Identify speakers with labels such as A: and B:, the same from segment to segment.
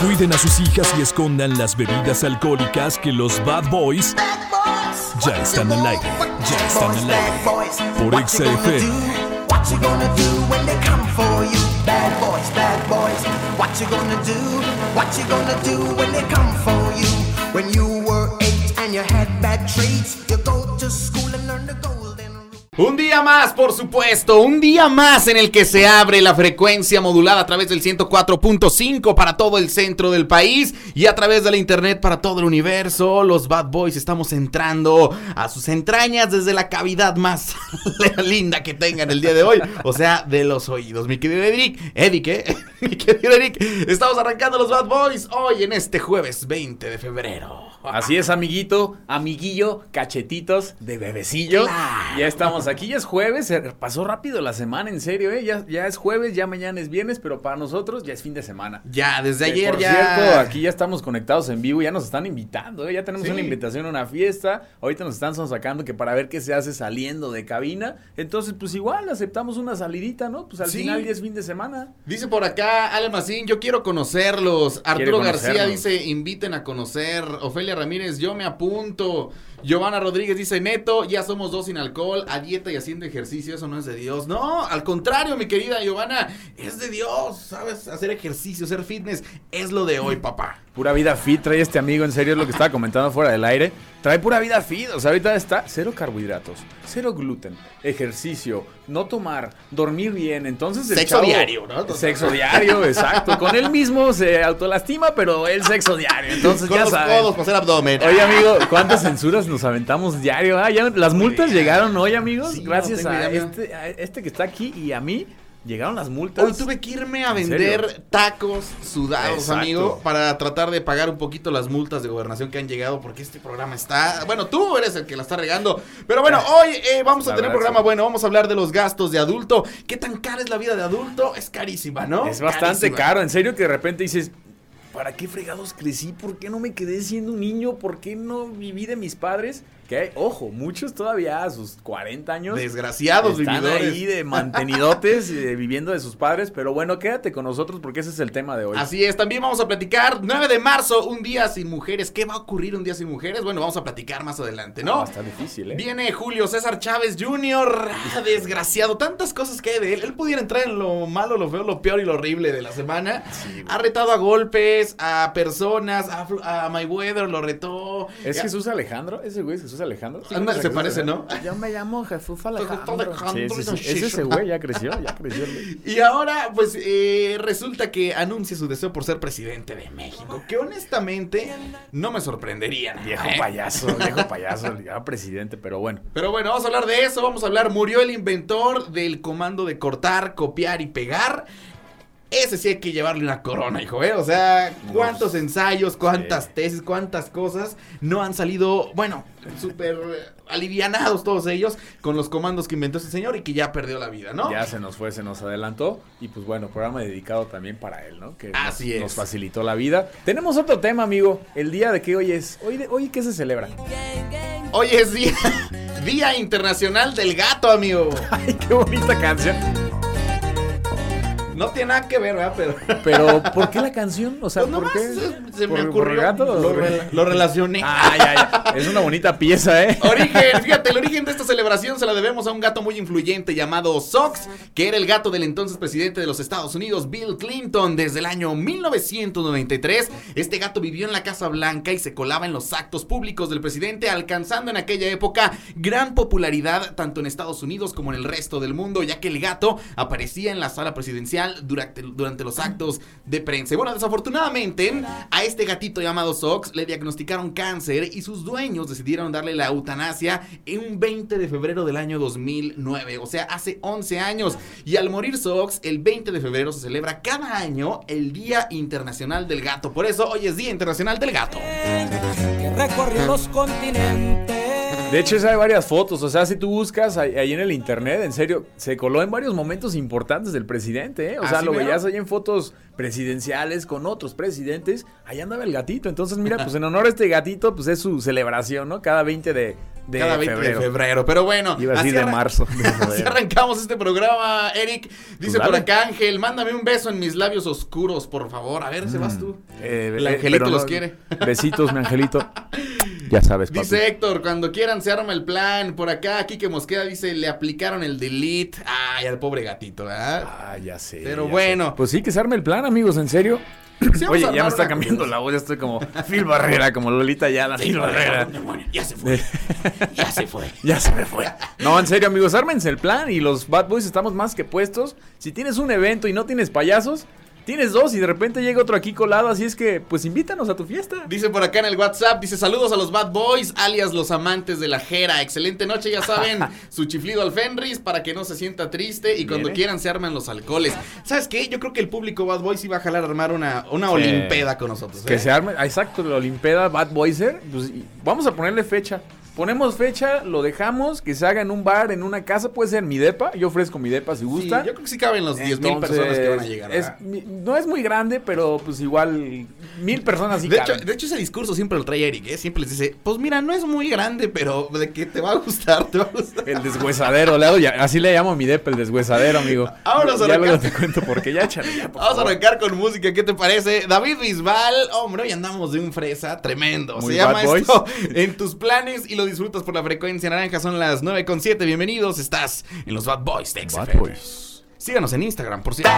A: Cuiden a sus hijas y escondan las bebidas alcohólicas que los Bad Boys ya están al aire. Ya están al aire. Por XFM.
B: What you gonna do when they come for you? Bad boys, bad boys. What you gonna do? What you gonna do when they come for you? When you were eight and you had bad traits, you go to school and learn the golden rule.
C: Un día más, por supuesto, un día más en el que se abre la frecuencia modulada a través del 104.5 para todo el centro del país y a través de la internet para todo el universo. Los Bad Boys estamos entrando a sus entrañas desde la cavidad más linda que tengan el día de hoy, o sea, de los oídos. Mi querido Eric, Eric, ¿eh? Mi querido Eric, estamos arrancando los Bad Boys hoy en este jueves 20 de febrero.
D: Así es, amiguito, amiguillo, cachetitos de bebecillo. Ya estamos aquí, ya es jueves, se pasó rápido la semana, en serio, ¿eh? Ya, ya es jueves, ya mañana es viernes, pero para nosotros ya es fin de semana.
C: Ya, desde
D: Que,
C: ayer
D: por
C: ya.
D: cierto, aquí ya estamos conectados en vivo, ya nos están invitando, ¿eh? ya tenemos
C: Sí.
D: una invitación a una fiesta, ahorita nos están sacando que para ver qué se hace saliendo de cabina, entonces pues igual aceptamos una salidita, ¿no? Pues al
C: Sí.
D: final ya es fin de semana.
C: Dice por acá Almacín, yo quiero conocerlos. Arturo García
D: conocernos.
C: dice, inviten a conocer. Ofelia Ramírez, yo me apunto. Giovanna Rodríguez dice, neto, ya somos dos sin alcohol, a dieta y haciendo ejercicio, eso no es de Dios. No, al contrario, mi querida Giovanna, es de Dios, ¿sabes? Hacer ejercicio, hacer fitness, es lo de hoy, papá.
D: Pura vida fit trae este amigo, en serio es lo que estaba comentando fuera del aire. Trae pura vida fit, o sea, ahorita está cero carbohidratos, cero gluten, ejercicio, no tomar, dormir bien, entonces el
C: Sexo
D: chavo-
C: diario, ¿no?
D: Sexo diario, exacto. Con él mismo se autolastima, pero el sexo diario, entonces
C: Con
D: ya
C: los
D: saben.
C: codos para hacer abdomen.
D: Oye, amigo, ¿cuántas censuras nos aventamos diario? Ah, ya las multas
C: Oye,
D: llegaron hoy, amigos.
C: sí, no
D: Gracias
C: tengo
D: a,
C: idea, amigo.
D: este, a este que está aquí y a mí llegaron las multas.
C: Hoy tuve que irme a
D: ¿En
C: vender
D: serio?
C: tacos sudados,
D: Exacto.
C: amigo, para tratar de pagar un poquito las multas de gobernación que han llegado, porque este programa está. Bueno, tú eres el que la está regando. Pero bueno, hoy eh, vamos a
D: Ah, La
C: tener
D: verdad,
C: programa
D: sí.
C: bueno. Vamos a hablar de los gastos de adulto. ¿Qué tan cara es la vida de adulto? Es carísima, ¿no?
D: Es bastante
C: Carísima.
D: caro, en serio que de repente dices, ¿para qué fregados crecí? ¿Por qué no me quedé siendo un niño? ¿Por qué no viví de mis padres? Que, ojo, muchos todavía a sus 40 años
C: Desgraciados
D: están
C: vividores.
D: ahí de mantenidotes, eh, viviendo de sus padres, pero bueno, quédate con nosotros porque ese es el tema de hoy.
C: Así es, también vamos a platicar 9 de marzo, un día sin mujeres. ¿Qué va a ocurrir un día sin mujeres? Bueno, vamos a platicar más adelante, ¿no?
D: Ah, está difícil, ¿eh?
C: Viene Julio César Chávez Jr., ah, desgraciado, tantas cosas que hay de él. Él pudiera entrar en lo malo, lo feo, lo peor y lo horrible de la semana. ha retado a golpes, a personas, a, Fl- a Mayweather lo retó.
D: ¿Es
C: Ya-
D: Jesús Alejandro? ¿Ese güey es Jesús Alejandro? Sí,
C: Anda,
D: ¿no?
C: se
D: Jesús
C: parece, ¿no?
D: Alejandro. Yo me llamo Jesús
C: Alejandro.
D: Sí, sí, sí. Es ese güey ya creció, ya creció. el güey.
C: Y ahora, pues, eh, resulta que anuncia su deseo por ser presidente de México, que honestamente no me sorprendería. nada,
D: Viejo
C: ¿eh?
D: payaso, viejo payaso, ya presidente, pero bueno.
C: Pero bueno, vamos a hablar de eso, vamos a hablar, murió el inventor del comando de cortar, copiar y pegar. Ese sí hay que llevarle una corona, hijo, ¿eh? O sea, cuántos ensayos, cuántas tesis, cuántas cosas no han salido, bueno, súper eh, alivianados todos ellos con los comandos que inventó ese señor y que ya perdió la vida, ¿no?
D: Ya se nos fue, se nos adelantó. Y pues bueno, programa dedicado también para él, ¿no? Que nos-
C: Así
D: nos,
C: es.
D: facilitó la vida. Tenemos otro tema, amigo. El día de que hoy es. Hoy, de- hoy ¿qué se celebra?
C: Hoy es día, día Internacional del Gato, amigo.
D: Ay, qué bonita canción.
C: No tiene nada que ver, ¿verdad? Pero...
D: Pero, ¿por qué la canción? O sea,
C: Pues nomás
D: ¿por qué?
C: se- se
D: ¿Por-
C: me
D: por
C: ocurrió,
D: gato?
C: lo, rela- lo relacioné.
D: Ay, ay, ay. Es una bonita pieza, ¿eh?
C: Origen, fíjate, el origen de esta celebración se la debemos a un gato muy influyente llamado Sox, que era el gato del entonces presidente de los Estados Unidos, Bill Clinton, desde el año 1993. Este gato vivió en la Casa Blanca y se colaba en los actos públicos del presidente, alcanzando en aquella época gran popularidad tanto en Estados Unidos como en el resto del mundo, ya que el gato aparecía en la sala presidencial durante, durante los actos de prensa. Y bueno, desafortunadamente, a este gatito llamado Sox le diagnosticaron cáncer y sus dueños decidieron darle la eutanasia en un 20 de febrero del año 2009, o sea, hace 11 años. Y al morir Sox, el 20 de febrero se celebra cada año el Día Internacional del Gato. Por eso hoy es Día Internacional del Gato.
E: que recorrió los continentes.
D: De hecho, esa hay varias fotos. O sea, si tú buscas ahí, ahí en el internet, en serio, se coló en varios momentos importantes del presidente. ¿eh? O sea,
C: Así
D: lo
C: mero.
D: veías ahí en fotos presidenciales con otros presidentes. Ahí andaba el gatito. Entonces, mira, pues en honor a este gatito, pues es su celebración, ¿no? Cada 20 de, de
C: cada 20
D: febrero.
C: de febrero. Pero bueno,
D: Iba así de
C: arran-
D: marzo. Eh, de
C: así
D: febrero.
C: arrancamos este programa, Eric. Dice
D: Pues dale.
C: por acá Ángel, mándame un beso en mis labios oscuros, por favor. A ver, se vas tú.
D: Eh,
C: El
D: eh,
C: angelito
D: pero
C: los quiere.
D: Besitos, mi angelito. Ya sabes, papi.
C: Dice Héctor, cuando quieran se arma el plan. Por acá, Kike Mosqueda dice, le aplicaron el delete. Ay, al pobre gatito, ¿verdad?
D: Ah, ya sé.
C: Pero
D: ya
C: bueno.
D: sé. Pues sí, que se arme el plan, amigos, en serio.
C: Sí, vamos
D: Oye,
C: a
D: ya
C: armar
D: me está
C: una-
D: cambiando la voz, ya estoy como Phil Barrera, como Lolita ya, la Phil Barrera.
C: Ya se fue. Ya se fue.
D: Ya se me fue. No, en serio, amigos, ármense el plan y los Bad Boys estamos más que puestos. Si tienes un evento y no tienes payasos, tienes dos y de repente llega otro aquí colado, así es que pues invítanos a tu fiesta.
C: Dice por acá en el WhatsApp, dice saludos a los Bad Boys, alias los amantes de la jera. Excelente noche, ya saben, su chiflido al Fenris para que no se sienta triste y cuando
D: Bien, ¿eh?
C: quieran se arman los alcoholes. ¿Sabes qué? Yo creo que el público Bad Boys iba a jalar a armar una, una olimpeda con nosotros. ¿eh?
D: Que se arme, ah, exacto, la Olimpeda Bad Boyser. Pues, y vamos a ponerle fecha. Ponemos fecha, lo dejamos, que se haga en un bar, en una casa, puede ser mi depa. Yo ofrezco mi depa si
C: Sí,
D: gusta.
C: yo creo que sí caben los 10 mil
D: Entonces,
C: personas que van a llegar.
D: es
C: ¿verdad?
D: mi- no es muy grande, pero pues igual mil personas sí
C: de, hecho,
D: caben.
C: de hecho, ese discurso siempre lo trae Eric, ¿eh? Siempre les dice, pues mira, no es muy grande, pero de que te va a gustar, te va a gustar.
D: El deshuesadero, le hago ya- así le llamo a mi depa, el deshuesadero, amigo.
C: Vámonos a
D: ya
C: la
D: luego
C: casa.
D: te cuento por qué, ya, chale, ya, por
C: Vamos a
D: favor.
C: arrancar con música, ¿qué te parece? David Bisbal, hombre, hoy andamos de un fresa tremendo.
D: Muy
C: Se llama
D: Bad Boys.
C: esto En tus planes y lo disfrutas por la frecuencia naranja, son las 9.7. Bienvenidos, estás en los Bad Boys de XFM.
D: Bad Boys.
C: Síganos en Instagram, por cierto.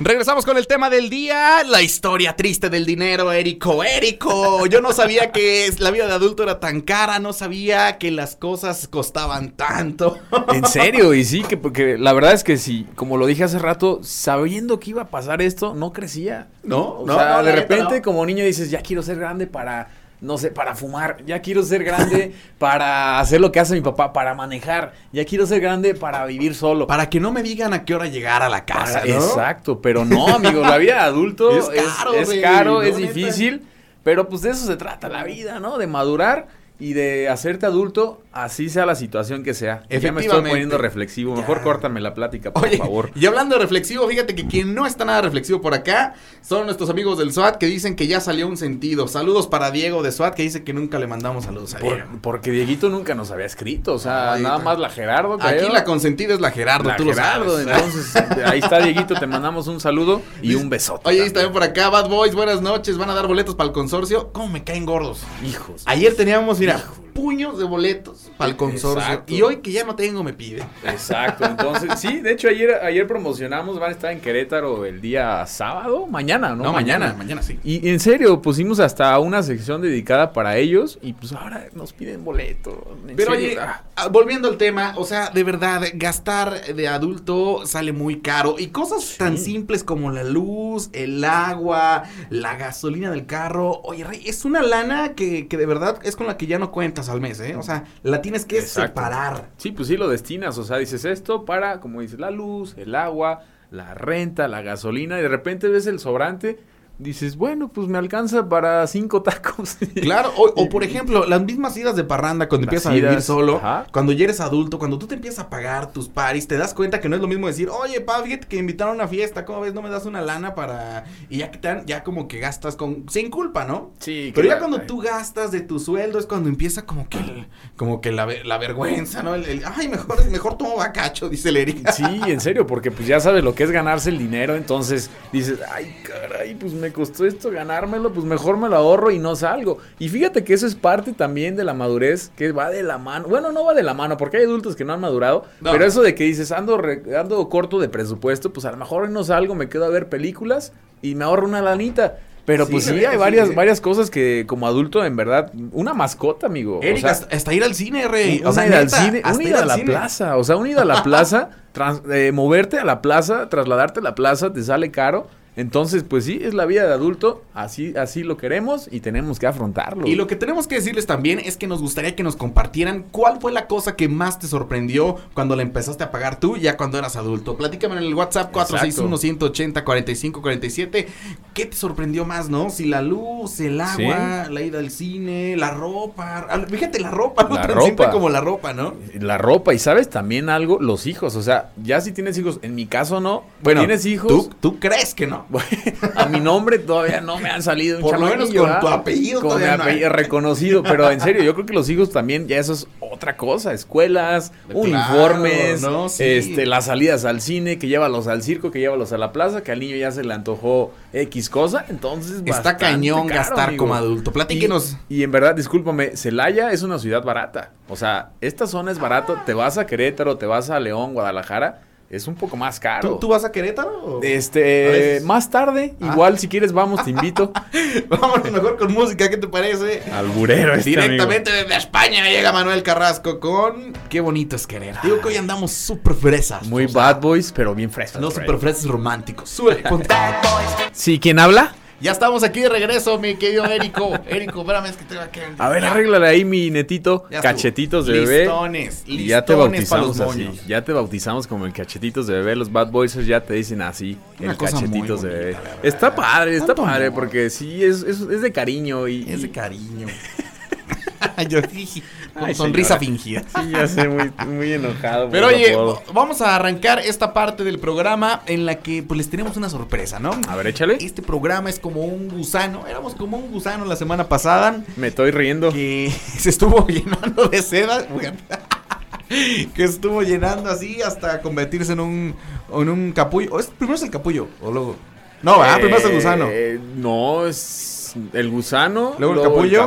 C: Regresamos con el tema del día, la historia triste del dinero, Érico. Érico, yo no sabía que es- la vida de adulto era tan cara, no sabía que las cosas costaban tanto.
D: En serio, y sí, que porque la verdad es que sí, como lo dije hace rato, sabiendo que iba a pasar esto, no crecía.
C: No,
D: O
C: no,
D: sea,
C: no,
D: de
C: la neta,
D: repente
C: no.
D: como niño dices, ya quiero ser grande para, no sé, para fumar, ya quiero ser grande para hacer lo que hace mi papá, para manejar, ya quiero ser grande para vivir solo.
C: Para que no me digan a qué hora llegar a la casa,
D: Para-
C: Ah, ¿no?
D: Exacto, pero no, amigo, la vida de adulto
C: Es
D: es,
C: caro,
D: es
C: güey,
D: caro,
C: no,
D: es
C: neta.
D: difícil, pero pues de eso se trata la vida, ¿no? De madurar y de hacerte adulto, así sea la situación que sea. Ya me estoy
C: Efectivamente.
D: poniendo reflexivo, mejor córtame la plática, por
C: Oye,
D: favor.
C: y hablando de reflexivo, fíjate que quien no está nada reflexivo por acá son nuestros amigos del SWAT que dicen que ya salió un sentido. Saludos para Diego de SWAT que dice que nunca le mandamos saludos a Diego.
D: Por- porque Dieguito nunca nos había escrito, o sea,
C: Ay,
D: nada
C: no.
D: más la Gerardo.
C: Aquí
D: creo.
C: la consentida es la Gerardo,
D: La
C: tú
D: Gerardo,
C: lo sabes.
D: entonces este, ahí está Dieguito, te mandamos un saludo y un besote.
C: Oye, y también por acá, Bad Boys, buenas noches, van a dar boletos para el consorcio. ¿Cómo me caen gordos?
D: Hijos.
C: Ayer teníamos, mira, puños de boletos para el consorcio.
D: Exacto.
C: Y hoy que ya no tengo, me pide.
D: Exacto, entonces, sí, de hecho ayer, ayer promocionamos, van a estar en Querétaro el día sábado, mañana, ¿no?
C: mañana sí.
D: Y en serio, pusimos hasta una sección dedicada para ellos y pues ahora nos piden boleto. en
C: Pero
D: serio,
C: oye,
D: ah,
C: ah, volviendo al tema, o sea, de verdad, gastar de adulto sale muy caro. Y cosas tan simples como la luz, el agua, la gasolina del carro. Oye, Rey, es una lana que, que de verdad es con la que ya no cuentas al mes, ¿eh? O sea, la tienes que
D: Exacto.
C: separar.
D: sí, pues sí lo destinas, o sea, dices esto para, como dices, la luz, el agua, la renta, la gasolina y de repente ves el sobrante, dices, bueno, pues me alcanza para cinco tacos.
C: Claro, o, o por ejemplo, las mismas idas de parranda cuando
D: Las
C: empiezas a vivir
D: idas,
C: solo,
D: ajá.
C: cuando ya eres adulto, cuando tú te empiezas a pagar tus paris, te das cuenta que no es lo mismo decir, oye, pa, fíjate que me invitaron a una fiesta, ¿cómo ves? No me das una lana para. Y ya que te dan- ya como que gastas con. sin culpa, ¿no?
D: Sí,
C: Pero ya
D: claro,
C: cuando
D: ay.
C: tú gastas de tu sueldo es cuando empieza como que el- como que la, ve- la vergüenza, ¿no? El- el, ay, mejor, mejor tomo bacacho, dice el Eric.
D: Sí, en serio, porque pues ya sabes lo que es ganarse el dinero, entonces dices, ay, caray, pues me costó esto ganármelo, pues mejor me lo ahorro y no salgo. Y fíjate que eso es parte también de la madurez, que va de la mano, bueno, no va de la mano, porque hay adultos que no han madurado,
C: No.
D: pero eso de que dices, ando, re- ando corto de presupuesto, pues a lo mejor hoy no salgo, me quedo a ver películas y me ahorro una lanita. Pero
C: Sí,
D: pues
C: la
D: sí,
C: neta,
D: hay
C: sí,
D: varias,
C: ¿eh?
D: varias cosas que como adulto, en verdad, una mascota, amigo. o
C: Eric,
D: sea,
C: hasta, hasta ir al cine, Rey.
D: una ida al
C: neta,
D: cine,
C: hasta
D: una
C: ir
D: ida
C: al
D: a la
C: cine.
D: plaza, o sea, una ida a la plaza, trans- eh, moverte a la plaza, trasladarte a la plaza, te sale caro. Entonces, pues sí, es la vida de adulto, así, así lo queremos y tenemos que afrontarlo.
C: Y lo que tenemos que decirles también es que nos gustaría que nos compartieran cuál fue la cosa que más te sorprendió cuando la empezaste a pagar tú, ya cuando eras adulto. Platícame en el WhatsApp
D: Exacto.
C: 461-180-4547. ¿Qué te sorprendió más, no? Si la luz, el agua, la ida al cine, la ropa. Al- Fíjate, la ropa, algo
D: La
C: tan simple
D: ropa.
C: como la ropa, ¿no?
D: La ropa, y sabes también algo, los hijos, o sea, ya si tienes hijos, en mi caso no, tienes hijos.
C: ¿Tú, tú crees que no? no.
D: A mi nombre todavía no me han salido un
C: Por lo menos
D: chamaquillo,
C: con
D: ¿ah?
C: tu apellido
D: Con mi
C: todavía no hay.
D: apellido reconocido, pero en serio, yo creo que los hijos también, ya eso es otra cosa, escuelas,
C: Claro,
D: uniformes,
C: no, sí.
D: este, las salidas al cine, que llévalos al circo, que llévalos a la plaza, que al niño ya se le antojó X cosa, entonces
C: Está
D: bastante
C: cañón
D: caro,
C: gastar
D: amigo.
C: como adulto. Platíquenos.
D: Y, y en verdad, discúlpame, Celaya es una ciudad barata. O sea, esta zona es barata. Te vas a Querétaro, te vas a León, Guadalajara, es un poco más caro.
C: ¿Tú, tú vas a Querétaro? o? A
D: Este,
C: veces.
D: más tarde,
C: Ah.
D: igual si quieres vamos, te invito.
C: Vámonos mejor con música, ¿qué te parece?
D: Al burero este
C: Directamente desde España llega Manuel Carrasco con Qué bonito es querer. Digo que hoy andamos súper fresas.
D: amigo. Muy
C: o sea,
D: bad boys, pero bien frescos.
C: Pues, No
D: por ahí.
C: súper fresas románticos. Sube, ponte.
D: Sí, ¿quién habla?
C: ya estamos aquí de regreso, mi querido Érico. Érico, espérame, es que te va a quedar.
D: A ver, arréglale ahí mi netito,
C: Ya estuvo.
D: Ah, cachetitos de bebé.
C: Listones,
D: Y ya te
C: listones para los
D: bautizamos así.
C: moños.
D: Ya te bautizamos como el cachetitos de bebé. Los bad boys ya te dicen así.
C: Una
D: el
C: cosa muy
D: cachetitos de
C: bonita,
D: bebé.
C: la verdad.
D: Está padre, está
C: Tanto
D: padre,
C: amor.
D: porque sí, es, es, es de cariño. Y,
C: Es de
D: y-
C: cariño. Yo dije, con
D: Ay,
C: sonrisa
D: señora.
C: fingida.
D: Sí, ya sé, muy, muy enojado. por
C: Pero
D: el
C: oye,
D: apodo.
C: vamos a arrancar esta parte del programa en la que pues les tenemos una sorpresa, ¿no?
D: a ver, échale.
C: Este programa es como un gusano. Éramos como un gusano la semana pasada
D: Me estoy riendo.
C: que se estuvo llenando de seda. Que estuvo llenando así hasta convertirse en un, en un capullo. ¿O es- primero es el capullo, o luego. No, ¿verdad? primero es el
D: Eh,
C: gusano.
D: No, es el gusano.
C: Luego el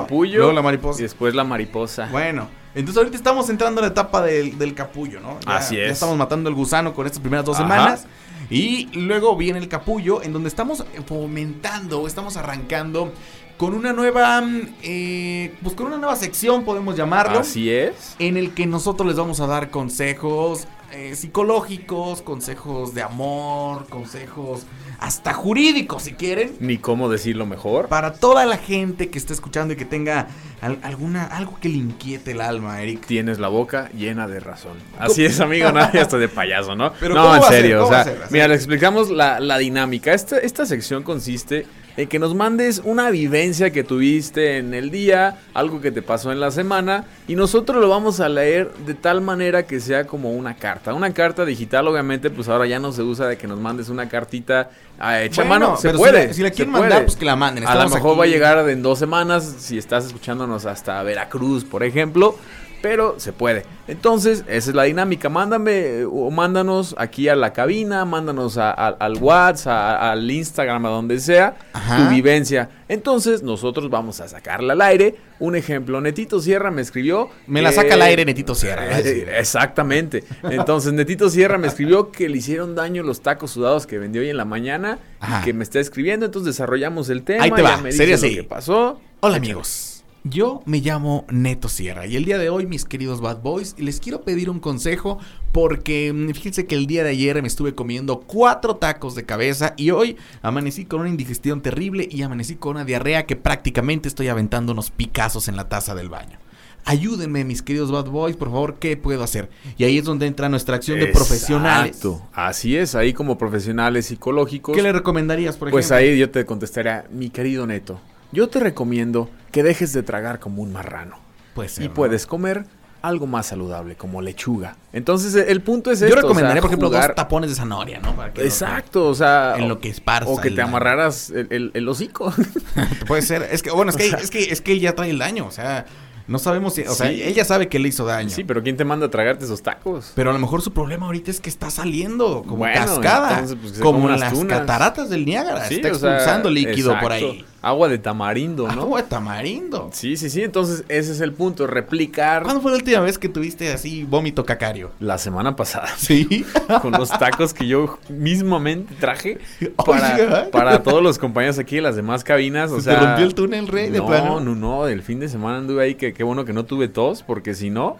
C: capullo, luego la
D: Y
C: mariposa.
D: después la mariposa.
C: Bueno, entonces ahorita estamos entrando en la etapa del, del capullo, ¿no? Ya-
D: Así
C: Ya
D: es.
C: estamos matando el gusano con estas primeras dos
D: Ajá.
C: semanas. Y luego viene el capullo, en donde estamos fomentando, o estamos arrancando con una nueva, mm, eh, pues con una nueva sección, podemos llamarlo.
D: Así es.
C: En el que nosotros les vamos a dar consejos eh, psicológicos, consejos de amor, consejos hasta jurídicos, si quieren.
D: Ni cómo decirlo mejor.
C: Para toda la gente que está escuchando y que tenga al- alguna algo que le inquiete el alma, Eric.
D: Tienes la boca llena de razón. Así es, amigo, nadie hasta de payaso, ¿no?
C: Pero
D: no,
C: ¿cómo
D: en
C: va a ser?
D: serio.
C: ¿Cómo
D: o
C: va
D: sea,
C: a ser? Así.
D: mira, le explicamos la, la dinámica. Esta, esta sección consiste en que nos mandes una vivencia que tuviste en el día, algo que te pasó en la semana, y nosotros lo vamos a leer de tal manera que sea como una carta. Una carta digital, obviamente, pues ahora ya no se usa de que nos mandes una cartita a hecha
C: Bueno,
D: mano. Se
C: pero si
D: puede.
C: la- si la
D: se
C: quieren
D: puede.
C: mandar, pues que la manden.
D: A lo
C: Estamos
D: mejor
C: aquí.
D: va a llegar en dos semanas, si estás escuchándonos hasta Veracruz, por ejemplo. Pero se puede. Entonces, esa es la dinámica. Mándame eh, o mándanos aquí a la cabina, mándanos a- a- al WhatsApp, a- al Instagram, a donde sea,
C: Ajá.
D: tu vivencia. Entonces, nosotros vamos a sacarla al aire. Un ejemplo, Netito Sierra me escribió.
C: Me la
D: que-
C: saca al aire, Netito Sierra. va a decir.
D: eh, Exactamente. Entonces, Netito Sierra me escribió que le hicieron daño los tacos sudados que vendió hoy en la mañana
C: Ajá.
D: y que me está escribiendo. Entonces desarrollamos el tema.
C: Ahí te
D: ya
C: va,
D: me
C: sería
D: dice
C: así.
D: lo que pasó.
C: Hola amigos, yo me llamo Neto Sierra y el día de hoy mis queridos Bad Boys les quiero pedir un consejo porque mm, fíjense que el día de ayer me estuve comiendo cuatro tacos de cabeza y hoy amanecí con una indigestión terrible y amanecí con una diarrea que prácticamente estoy aventando unos picazos en la taza del baño. Ayúdenme mis queridos Bad Boys, por favor, ¿qué puedo hacer? Y ahí es donde entra nuestra acción de profesionales.
D: Exacto. Así es, ahí como profesionales psicológicos.
C: ¿Qué le recomendarías, por
D: pues
C: ejemplo?
D: ahí yo te contestaría, mi querido Neto, yo te recomiendo que dejes de tragar como un marrano
C: Puede ser,
D: y
C: ¿no?
D: puedes comer algo más saludable, como lechuga. Entonces, el punto es
C: Yo
D: esto, o sea,
C: recomendaría, por ejemplo,
D: jugar-
C: dos tapones de zanahoria, ¿no? Para que no-
D: Exacto, o sea.
C: En lo que esparza
D: O que
C: el
D: te
C: daño.
D: amarraras el, el- el hocico.
C: Puede ser, es que, bueno, es que, es que, es que él ya trae el daño, o sea, no sabemos si, o sea,
D: Sí.
C: ella sabe que le hizo daño.
D: sí, pero ¿quién te manda a tragarte esos tacos?
C: Pero a lo mejor su problema ahorita es que está saliendo como
D: Bueno,
C: cascada,
D: entonces, pues, que se
C: como
D: coma unas
C: las
D: tunas.
C: cataratas del Niágara,
D: Sí,
C: está
D: o sea,
C: expulsando líquido por
D: exacto.
C: ahí.
D: Agua de tamarindo,
C: ¿No?
D: ¿no?
C: Agua de tamarindo.
D: Sí, sí, sí. Entonces, ese es el punto. Replicar
C: ¿Cuándo fue la última vez que tuviste así vómito cacario?
D: la semana pasada
C: Sí.
D: con los tacos que yo mismamente traje
C: Oiga.
D: para, para todos los compañeros aquí de las demás cabinas. O
C: Se
D: sea,
C: te rompió el túnel, rey, de
D: no,
C: plano.
D: No, no, El fin de semana anduve ahí. Que qué bueno que no tuve tos, porque si no,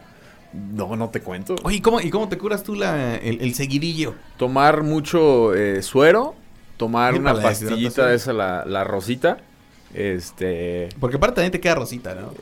D: no, no te cuento.
C: Oye, ¿y ¿cómo, ¿y cómo te curas tú la, el, el seguidillo?
D: tomar mucho eh, suero, tomar
C: Sí,
D: una
C: para la
D: pastillita
C: deshidratación.
D: de esa, la, la rosita. Este.
C: Porque aparte también te queda rosita, ¿no?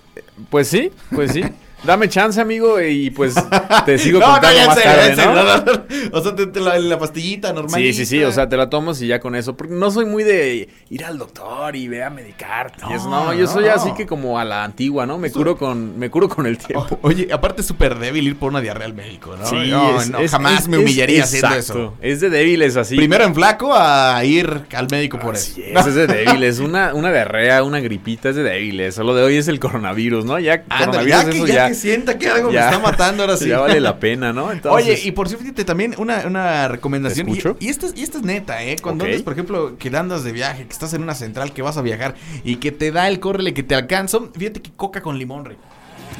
D: Pues sí, pues sí. Dame chance, amigo, y pues te sigo
C: No, no,
D: contando
C: ya en
D: más
C: serio,
D: tarde,
C: en serio,
D: ¿no?
C: no, no, no. O sea, te- te la, la pastillita normal.
D: Sí, sí, sí, o sea, te la tomas y ya con eso. Porque no soy muy de ir al doctor y ve a medicarte. y eso, No,
C: No,
D: yo soy
C: no.
D: así que como a la antigua, ¿no? Me curo con, me curo con el tiempo.
C: Oh, Oye, aparte es súper débil ir por una diarrea al médico, Oh, ¿no?
D: Sí,
C: no,
D: es-
C: no,
D: es-
C: jamás
D: es-
C: me
D: es-
C: humillaría haciendo eso.
D: exacto, Es de débiles así.
C: Primero en flaco a ir al médico por eso.
D: Así es, es de débiles. Una, una diarrea, una gripita es de débiles. Solo de hoy es el coronavirus, ¿no? Ya,
C: Ándale,
D: coronavirus,
C: ya, que,
D: eso
C: ya
D: ya.
C: que sienta que algo
D: ya-
C: me está matando ahora sí.
D: Ya vale la pena, ¿no?
C: Oye,
D: Entonces-
C: y por cierto, fíjate, también una, una recomendación.
D: ¿Te
C: Y,
D: escucho?
C: y esta, es- y esta es neta, ¿eh? Cuando
D: Ok.
C: andas, por ejemplo, que andas de viaje, que estás en una central, que vas a viajar y que te da el córrele que te alcanzo, fíjate que coca con limón, rey.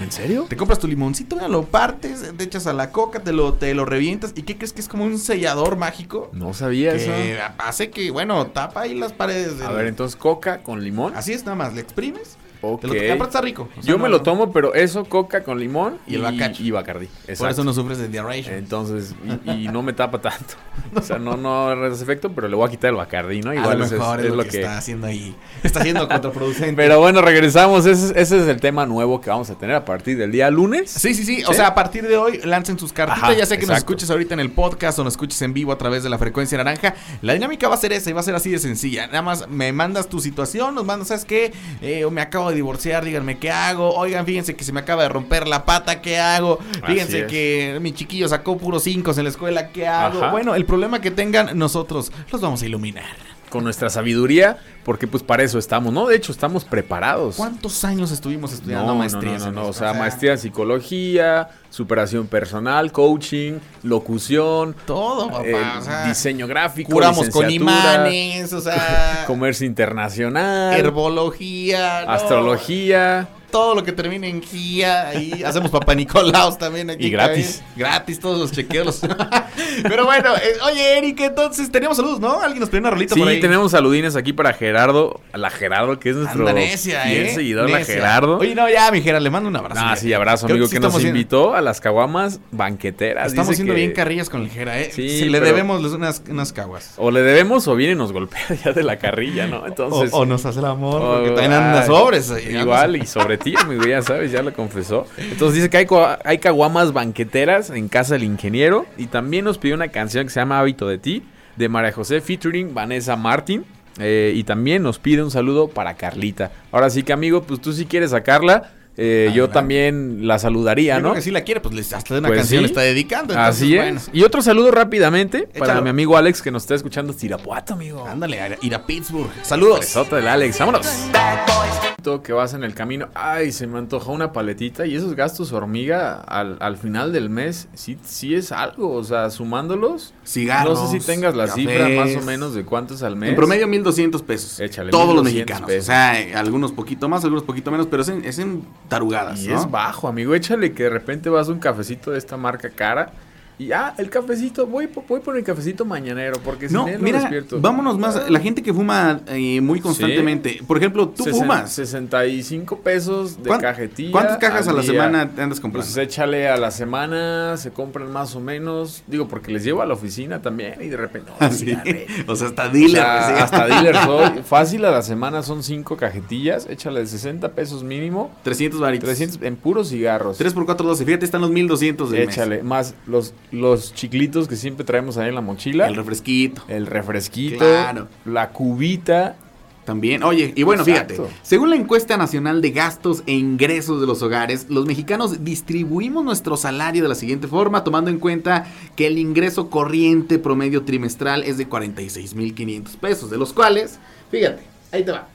D: ¿En serio?
C: Te compras tu limoncito, mira, lo partes, te echas a la coca, te lo, te lo revientas. ¿Y qué crees que es como un sellador mágico?
D: No sabía eso.
C: Que hace que, bueno, tapa ahí las paredes. del-
D: A ver, entonces coca con limón.
C: Así es, nada más, le exprimes.
D: Ok.
C: Te lo, aparte está rico. O sea,
D: Yo
C: no-
D: me lo tomo, pero eso, coca con limón
C: Y el bacacho.
D: y Bacardi.
C: Por
D: Exacto. Eh,
C: eso no sufres de diarrea.
D: Entonces, y, y no me tapa tanto. O sea, no, no habrá ese efecto, pero le voy a quitar el Bacardi, ¿no?
C: a
D: Igual
C: lo
D: es,
C: mejor
D: es- es lo que.
C: está haciendo ahí. Está haciendo contraproducente.
D: Pero bueno, regresamos. Ese, es- ese es el tema nuevo que vamos a tener a partir del día lunes.
C: Sí, sí, sí, O sea, a partir de hoy lancen sus cartitas.
D: Ajá,
C: ya sea que nos
D: exacto.
C: escuches ahorita en el podcast o nos escuches en vivo a través de la frecuencia naranja. La dinámica va a ser esa y va a ser así de sencilla. Nada más me mandas tu situación, nos mandas, ¿sabes qué? Eh, me acabo de divorciar, díganme qué hago. Oigan, fíjense que se me acaba de romper la pata, ¿qué hago?
D: Así
C: Fíjense
D: es.
C: que mi chiquillo sacó puros cinco en la escuela, ¿qué hago?
D: Ajá.
C: Bueno, el problema que tengan, nosotros los vamos a iluminar.
D: Con nuestra sabiduría, porque pues para eso estamos, ¿no? De hecho, estamos preparados.
C: ¿Cuántos años estuvimos
D: No,
C: estudiando
D: no,
C: Pues, maestría?
D: no, no, no, o sea, maestría en psicología, superación personal, coaching, locución,
C: Todo, papá.
D: eh,
C: o sea,
D: diseño gráfico,
C: curamos con
D: licenciatura,
C: imanes, o sea,
D: comercio internacional,
C: herbología, no,
D: astrología.
C: todo lo que termine en guía, ahí hacemos papá Nicolaos también aquí.
D: Y gratis.
C: cabrón. Gratis todos los chequeos. Pero bueno, eh, oye, Eric, entonces teníamos saludos, ¿no? Alguien nos pidió una rolita por ahí.
D: Sí, tenemos saludines aquí para Gerardo, a la Gerardo, que es nuestro
C: Anda necia,
D: fiel
C: ¿eh?
D: seguidor, la
C: Necia.
D: Gerardo.
C: Oye, no, ya, mi Gerard, le mando un abrazo.
D: Ah,
C: ya.
D: sí, abrazo,
C: Creo
D: amigo,
C: sí
D: que nos
C: estamos haciendo-
D: invitó a las caguamas banqueteras.
C: Estamos
D: Dice
C: haciendo
D: que-
C: bien carrillas con el Gera, ¿eh?
D: Sí,
C: Sí, le
D: pero-
C: debemos los- unas, unas caguas.
D: O le debemos o viene y nos golpea ya de la carrilla, ¿no?
C: O,
D: Entonces.
C: o nos hace el amor, porque
D: Oh,
C: también anda
D: ay,
C: sobres. eh,
D: Igual, y sobre ti, amigo, ya sabes, ya lo confesó. Entonces dice que hay, cua- hay caguamas banqueteras en casa del ingeniero. Y también nos pidió una canción que se llama Hábito de ti, de María José featuring Vanessa Martin. eh, y también nos pide un saludo para Carlita. Ahora sí que, amigo, pues tú si quieres sacarla, eh, yo
C: Adelante.
D: también la saludaría,
C: Yo creo
D: ¿no?
C: que sí la quiere, pues les- hasta de una
D: Pues
C: canción
D: sí.
C: le está dedicando. entonces,
D: Así
C: bueno.
D: es. Y otro saludo rápidamente para
C: Échalo.
D: mi amigo Alex que nos está escuchando hasta Irapuato, amigo.
C: Ándale, a ir a Pittsburgh. Saludos.
D: Besota del Alex, vámonos.
B: Bad boys,
D: Tú Que vas en el camino, ay, se me antoja una paletita y esos gastos hormiga al, al final del mes, sí, sí es algo, o sea, sumándolos.
C: Cigarros,
D: No sé si tengas la
C: cafés.
D: cifra más o menos de cuántos al mes.
F: En promedio 1200 pesos.
D: Échale,
F: Todos los
D: 1,200
F: mexicanos.
D: pesos.
F: O sea, eh, algunos poquito más, algunos poquito menos, pero es en, es en tarugadas,
D: Y
F: ¿no?
D: es bajo, amigo. Échale que de repente vas a un cafecito de esta marca cara y ah, el cafecito, voy, po- voy por el cafecito mañanero porque
F: no,
D: sin él no
F: mira,
D: despierto.
F: vámonos más. La gente que fuma eh, muy constantemente. Por ejemplo, tú
D: Sesen-
F: fumas.
D: 65 pesos de
F: ¿Cuán-
D: cajetilla.
F: ¿Cuántas cajas
D: al
F: a la
D: día.
F: semana te andas comprando?
D: Pues échale a la semana, se compran más o menos. Digo, porque les llevo a la oficina también y de repente. no,
F: Ah, Sí.
D: cigarrete.
F: O sea, hasta
D: O
F: dealer.
D: sea,
F: sí.
D: Hasta dealer soy. Fácil a la semana son 5 cajetillas. Échale de 60 pesos mínimo.
F: 300 varitos.
D: 300 en puros cigarros.
F: 3 por 4, 12. Fíjate, están los 1200 del
D: Échale. Más los, los chiclitos que siempre traemos ahí en la mochila.
F: mes. El refresquito.
D: El refresquito.
F: Claro.
D: La cubita.
F: También, oye, y bueno,
D: Exacto.
F: fíjate, según la encuesta nacional de gastos e ingresos de los hogares, los mexicanos distribuimos nuestro salario de la siguiente forma, tomando en cuenta que el ingreso corriente promedio trimestral es de 46.500 pesos, de los cuales, fíjate, ahí te va.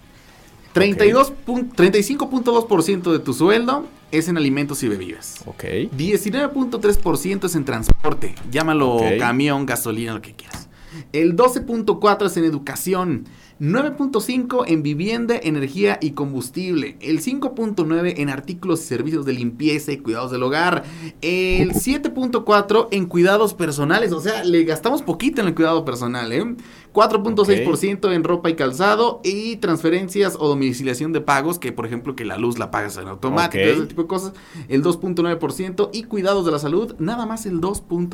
F: 32 pun- 35.2% de tu sueldo es en alimentos y bebidas.
D: Ok.
F: 19.3% es en transporte, llámalo
D: Ok.
F: camión, gasolina, lo que quieras. El 12.4 es en educación, 9.5 en vivienda, energía y combustible, el 5.9 en artículos y servicios de limpieza y cuidados del hogar, el 7.4 en cuidados personales, o sea, le gastamos poquito en el cuidado personal, ¿eh?
C: 4.6% en ropa y calzado y transferencias o domiciliación de pagos, que por ejemplo que la luz la pagas en automático,
D: Ok.
C: ese tipo de cosas, el 2.9% y cuidados de la salud, nada más el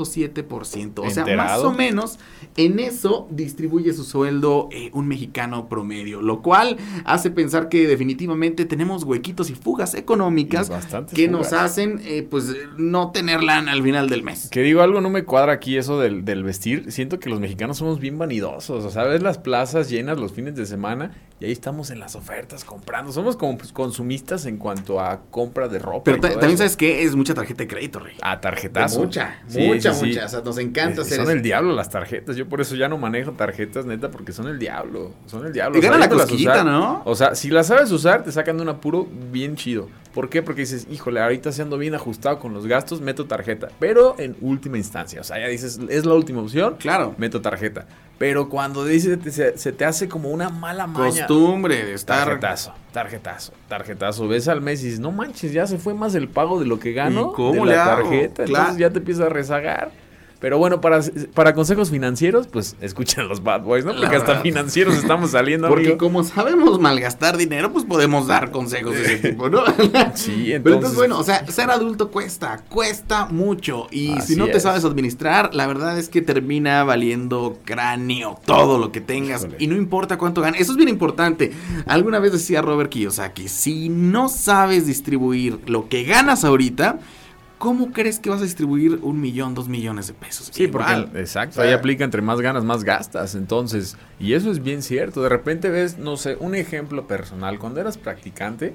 C: 2.7%. O sea, más
D: Enterado.
C: o menos en eso distribuye su sueldo eh, un mexicano promedio, lo cual hace pensar que definitivamente tenemos huequitos y fugas económicas
D: Bastante
C: que
D: fugas.
C: nos hacen eh, pues no tener lana al final del mes.
D: Que digo algo, no me cuadra aquí eso del, del vestir. Siento que los mexicanos somos bien vanidosos. O sea, ves las plazas llenas los fines de semana y ahí estamos en las ofertas comprando. Somos como pues, consumistas en cuanto a compra de ropa.
C: Pero
D: y
C: ta-
D: todo
C: también
D: eso.
C: sabes que es mucha tarjeta de crédito, Rey.
D: A tarjetazo.
C: Mucha,
D: Sí,
C: mucha,
D: sí, sí.
C: mucha. O sea, nos encanta
D: Eh,
C: hacer
D: son
C: eso.
D: el diablo las tarjetas. Yo por eso ya no manejo tarjetas, neta, porque son el diablo. Son el diablo.
C: Te gana la
D: sabiéndolas
C: cosquillita,
D: usar.
C: ¿no?
D: O sea, si las sabes usar, te sacan de un apuro bien chido. ¿Por qué? Porque dices, híjole, ahorita se ando bien ajustado con los gastos, meto tarjeta. Pero en última instancia. O sea, ya dices, es la última opción,
C: Claro.
D: meto tarjeta. Pero cuando dices, te- se, se te hace como una mala maña.
C: Costumbre de estar.
D: Tarjetazo, tarjetazo, tarjetazo. Ves al mes y dices, no manches, ya se fue más el pago de lo que gano
C: ¿Y cómo
D: de
C: le
D: la
C: hago?
D: tarjeta.
C: Claro.
D: Entonces ya te empiezas a rezagar. Pero bueno, para, para consejos financieros, pues escuchen los Bad Boys, ¿no? Porque
C: La
D: hasta
C: verdad.
D: financieros estamos saliendo,
C: Porque
D: amigo.
C: como sabemos malgastar dinero, pues podemos dar consejos de ese tipo, ¿no?
D: Sí,
C: Pero
D: entonces...
C: entonces, bueno, o sea, ser adulto cuesta, cuesta mucho. Y
D: Así
C: si no te
D: es.
C: sabes administrar, la verdad es que termina valiendo cráneo todo lo que tengas.
D: Híjole.
C: Y no importa cuánto ganes. Eso es bien importante. Alguna vez decía Robert Kiyosaki, si no sabes distribuir lo que ganas ahorita, ¿cómo crees que vas a distribuir un millón, dos millones de pesos?
D: Sí, porque
C: Igual.
D: exacto,
C: O sea,
D: ahí aplica entre más ganas, más gastas. Entonces, y eso es bien cierto. De repente ves, no sé, un ejemplo personal. Cuando eras practicante,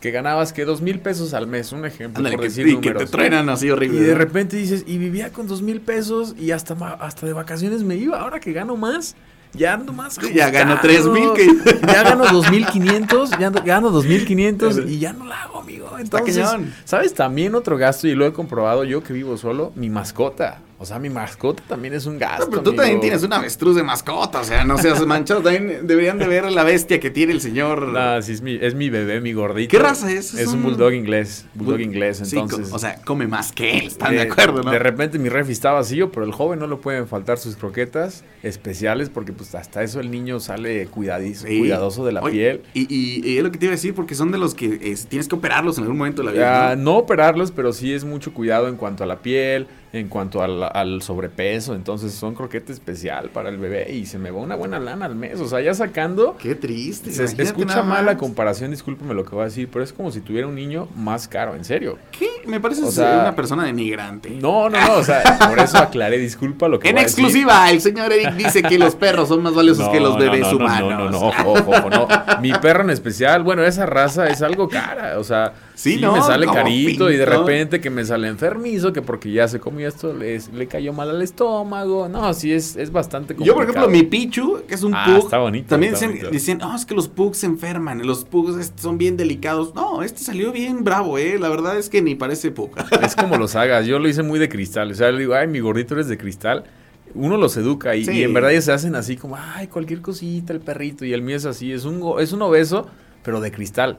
D: que ganabas que dos mil pesos al mes, un ejemplo,
C: ándale,
D: por
C: que,
D: decir
C: y que te
D: números.
C: truenan así horrible.
D: Y de
C: ¿no?
D: repente dices, y vivía con dos mil pesos y hasta, ma- hasta de vacaciones me iba. Ahora que gano más, ya ando más.
C: Ya gano
D: ajustado.
C: 3,000 que-
D: Ya gano dos mil quinientos, ya ando- gano dos mil quinientos y ya no la hago, amigo. Entonces,
C: cañón.
D: ¿sabes? También otro gasto, y lo he comprobado yo que vivo solo, mi mascota. O sea, mi mascota también es un gasto.
C: No, pero tú
D: amigo.
C: también tienes un avestruz de mascota, o sea, no seas manchado. También deberían de ver la bestia que tiene el señor.
D: No, sí, es mi, es mi bebé, mi gordito.
C: ¿Qué raza es?
D: Es,
C: Es
D: un
C: un-
D: bulldog inglés. Bulldog
C: Bu-
D: inglés,
C: Sí, co-
D: entonces.
C: o sea, come más que él, están de
D: Eh,
C: acuerdo, ¿no?
D: De repente mi refri está vacío, pero el joven no le pueden faltar sus croquetas especiales porque pues hasta eso el niño sale cuidadizo,
C: Sí.
D: cuidadoso de la
C: Oye,
D: piel.
C: Y, y- y es lo que te iba a decir, porque son de los que eh, tienes que operarlos en algún momento de la vida.
D: Ah,
C: ¿no?
D: no operarlos, pero sí es mucho cuidado en cuanto a la piel, en cuanto al, al sobrepeso. Entonces son croquetes especial para el bebé y se me va una buena lana al mes. O sea, ya sacando...
C: Qué triste.
D: Se
C: imagínate
D: escucha
C: nada
D: mal la
C: más.
D: comparación, discúlpeme lo que voy a decir, pero es como si tuviera un niño más caro, en serio.
C: ¿Qué? Me parece
D: O sea-
C: una persona denigrante.
D: No, no, no, o sea, por eso aclaré, disculpa lo que
C: En
D: voy a decir.
C: exclusiva, el señor Eric dice que los perros son más valiosos que los bebés
D: no, no,
C: humanos.
D: No, no, no, ojo, ojo, ojo, no. Mi perro en especial, bueno, esa raza es algo cara. O sea,
C: Sí,
D: sí,
C: ¿no?
D: me sale
C: Como
D: carito y de
C: pinto.
D: repente que me sale enfermizo, que porque ya se comió esto, les- le cayó mal al estómago. No, sí, es, es bastante complicado.
C: Yo, por ejemplo, mi Pichu, que es un
D: Ah,
C: pug,
D: está bonito,
C: también
D: está
C: decían,
D: bonito.
C: decían, "No, es que los pugs se enferman, los pugs este, son bien delicados. No, este salió bien bravo, eh. La verdad es que ni parece pug.
D: Es como los hagas. Yo lo hice muy de cristal. O sea, le digo, ay, mi gordito eres de cristal. Uno los educa y,
C: Sí.
D: y en verdad ellos se hacen así como, ay, cualquier cosita, el perrito. Y el mío es así, es un, go- es un obeso, pero de cristal.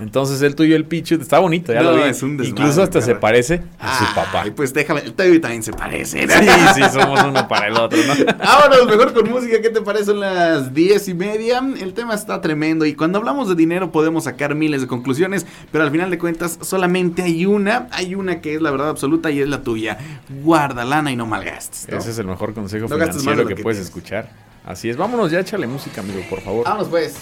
D: Entonces el tuyo, el pichu, está bonito, ya
C: No,
D: lo vi.
C: es un desmadre,
D: Incluso hasta se
C: perro.
D: parece a su papá.
C: Ay, pues déjame, el Toby también se parece. ¿no?
D: Sí, sí, somos uno para el otro, ¿no?
C: Vámonos mejor con música, ¿qué te parece? Son las diez y media. El tema está tremendo y cuando hablamos de dinero podemos sacar miles de conclusiones, pero al final de cuentas solamente hay una, hay una que es la verdad absoluta y es la tuya. Guarda lana y no malgastes. ¿no?
D: Ese es el mejor consejo
C: No gastes más de
D: financiero
C: lo
D: que,
C: que
D: puedes
C: tienes.
D: escuchar. Así es, vámonos ya, échale música, amigo, por favor.
C: Vámonos pues.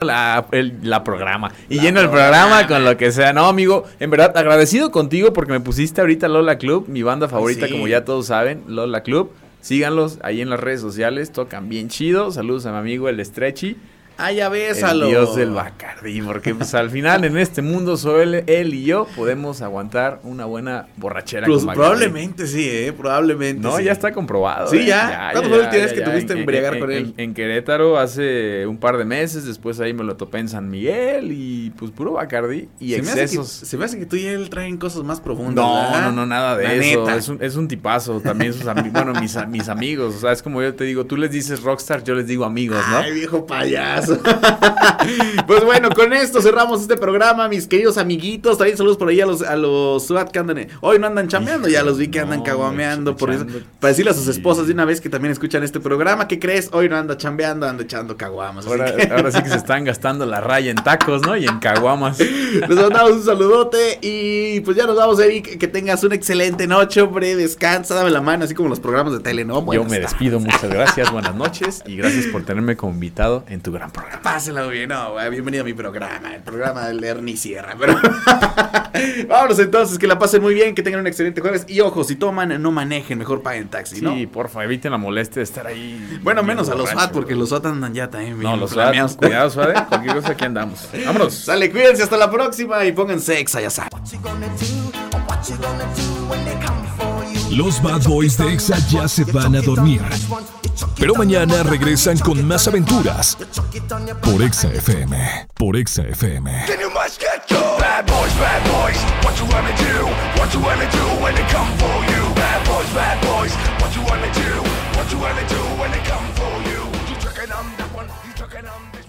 D: la, el- la programa. Y lleno el programa con lo que sea. No, amigo, en verdad, agradecido contigo porque me pusiste ahorita Lola Club, mi banda favorita,
C: sí.
D: como ya todos saben, Lola Club. Síganlos ahí en las redes sociales, tocan bien chido. Saludos a mi amigo el Stretchy,
C: Ah, ya
D: el
C: bésalo.
D: dios del Bacardi, porque pues al final en este mundo solo él, él y yo podemos aguantar una buena borrachera.
C: Pues
D: con Bacardi.
C: probablemente sí, ¿eh? Probablemente.
D: No,
C: sí.
D: ya está comprobado.
C: Sí,
D: ¿eh?
C: ya. ¿Cuándo fue la última vez que tuviste embriagar con él?
D: En, en Querétaro hace un par de meses, después ahí me lo topé en San Miguel y pues puro Bacardi y
C: se Me hace que,
D: excesos.
C: se me hace que tú y él traen cosas más profundas.
D: No,
C: ¿verdad?
D: no, no, nada de
C: La
D: eso.
C: neta.
D: Es un, es un tipazo. También sus amigos, bueno, mis, a- mis amigos. O sea, es como yo te digo, tú les dices rockstar, yo les digo amigos, ¿no?
C: Ay, viejo payaso. Eso. pues bueno, con esto cerramos este programa, mis queridos amiguitos. También saludos por ahí a los, a los SWAT que andan. Hoy no andan chambeando, ya los vi que andan
D: No,
C: caguameando. Por eso,
D: escuchando,
C: para decirle a sus
D: sí.
C: esposas de una vez que también escuchan este programa, ¿qué crees? Hoy no anda chambeando, anda echando caguamas. así
D: Pues Ahora,
C: que-
D: ahora sí que se están gastando la raya en tacos, ¿no? Y en caguamas.
C: Les mandamos un saludote y pues ya nos vamos, Eric. Que tengas una excelente noche, hombre. Descansa, dame la mano, así como los programas de tele, ¿no?
D: Yo
C: Buenas
D: me
C: tardes.
D: despido, muchas gracias, buenas noches y gracias por tenerme como invitado en tu gran programa.
C: Pásenla muy bien, no, güey, bienvenido a mi programa, el programa del Ernie Sierra. Pero vámonos entonces, que la pasen muy bien, que tengan un excelente jueves. Y ojo, si toman, no manejen, mejor paguen taxi,
D: Sí,
C: ¿no?
D: porfa, eviten la molestia de estar ahí.
C: Bueno,
D: bien
C: menos a los
D: borracho,
C: FAT, porque
D: güey.
C: los FAT andan ya también bien.
D: No, los
C: flameados.
D: lados, cuidado, suave. Cualquier cosa, aquí andamos. Vámonos.
C: Sale, cuídense, hasta la próxima y pónganse exa, ya saben.
G: What you gonna do? What you gonna do when they come for you?
A: Los Bad Boys de EXA ya se van a dormir, pero mañana regresan con más aventuras por EXA FM, por EXA FM.
B: Then you must get your bad boys, bad boys. What you wanna do? What you wanna do when they come for you? Bad boys, bad boys. What you wanna do? What you wanna do when they come for you? You tricking them that one, you tricking them this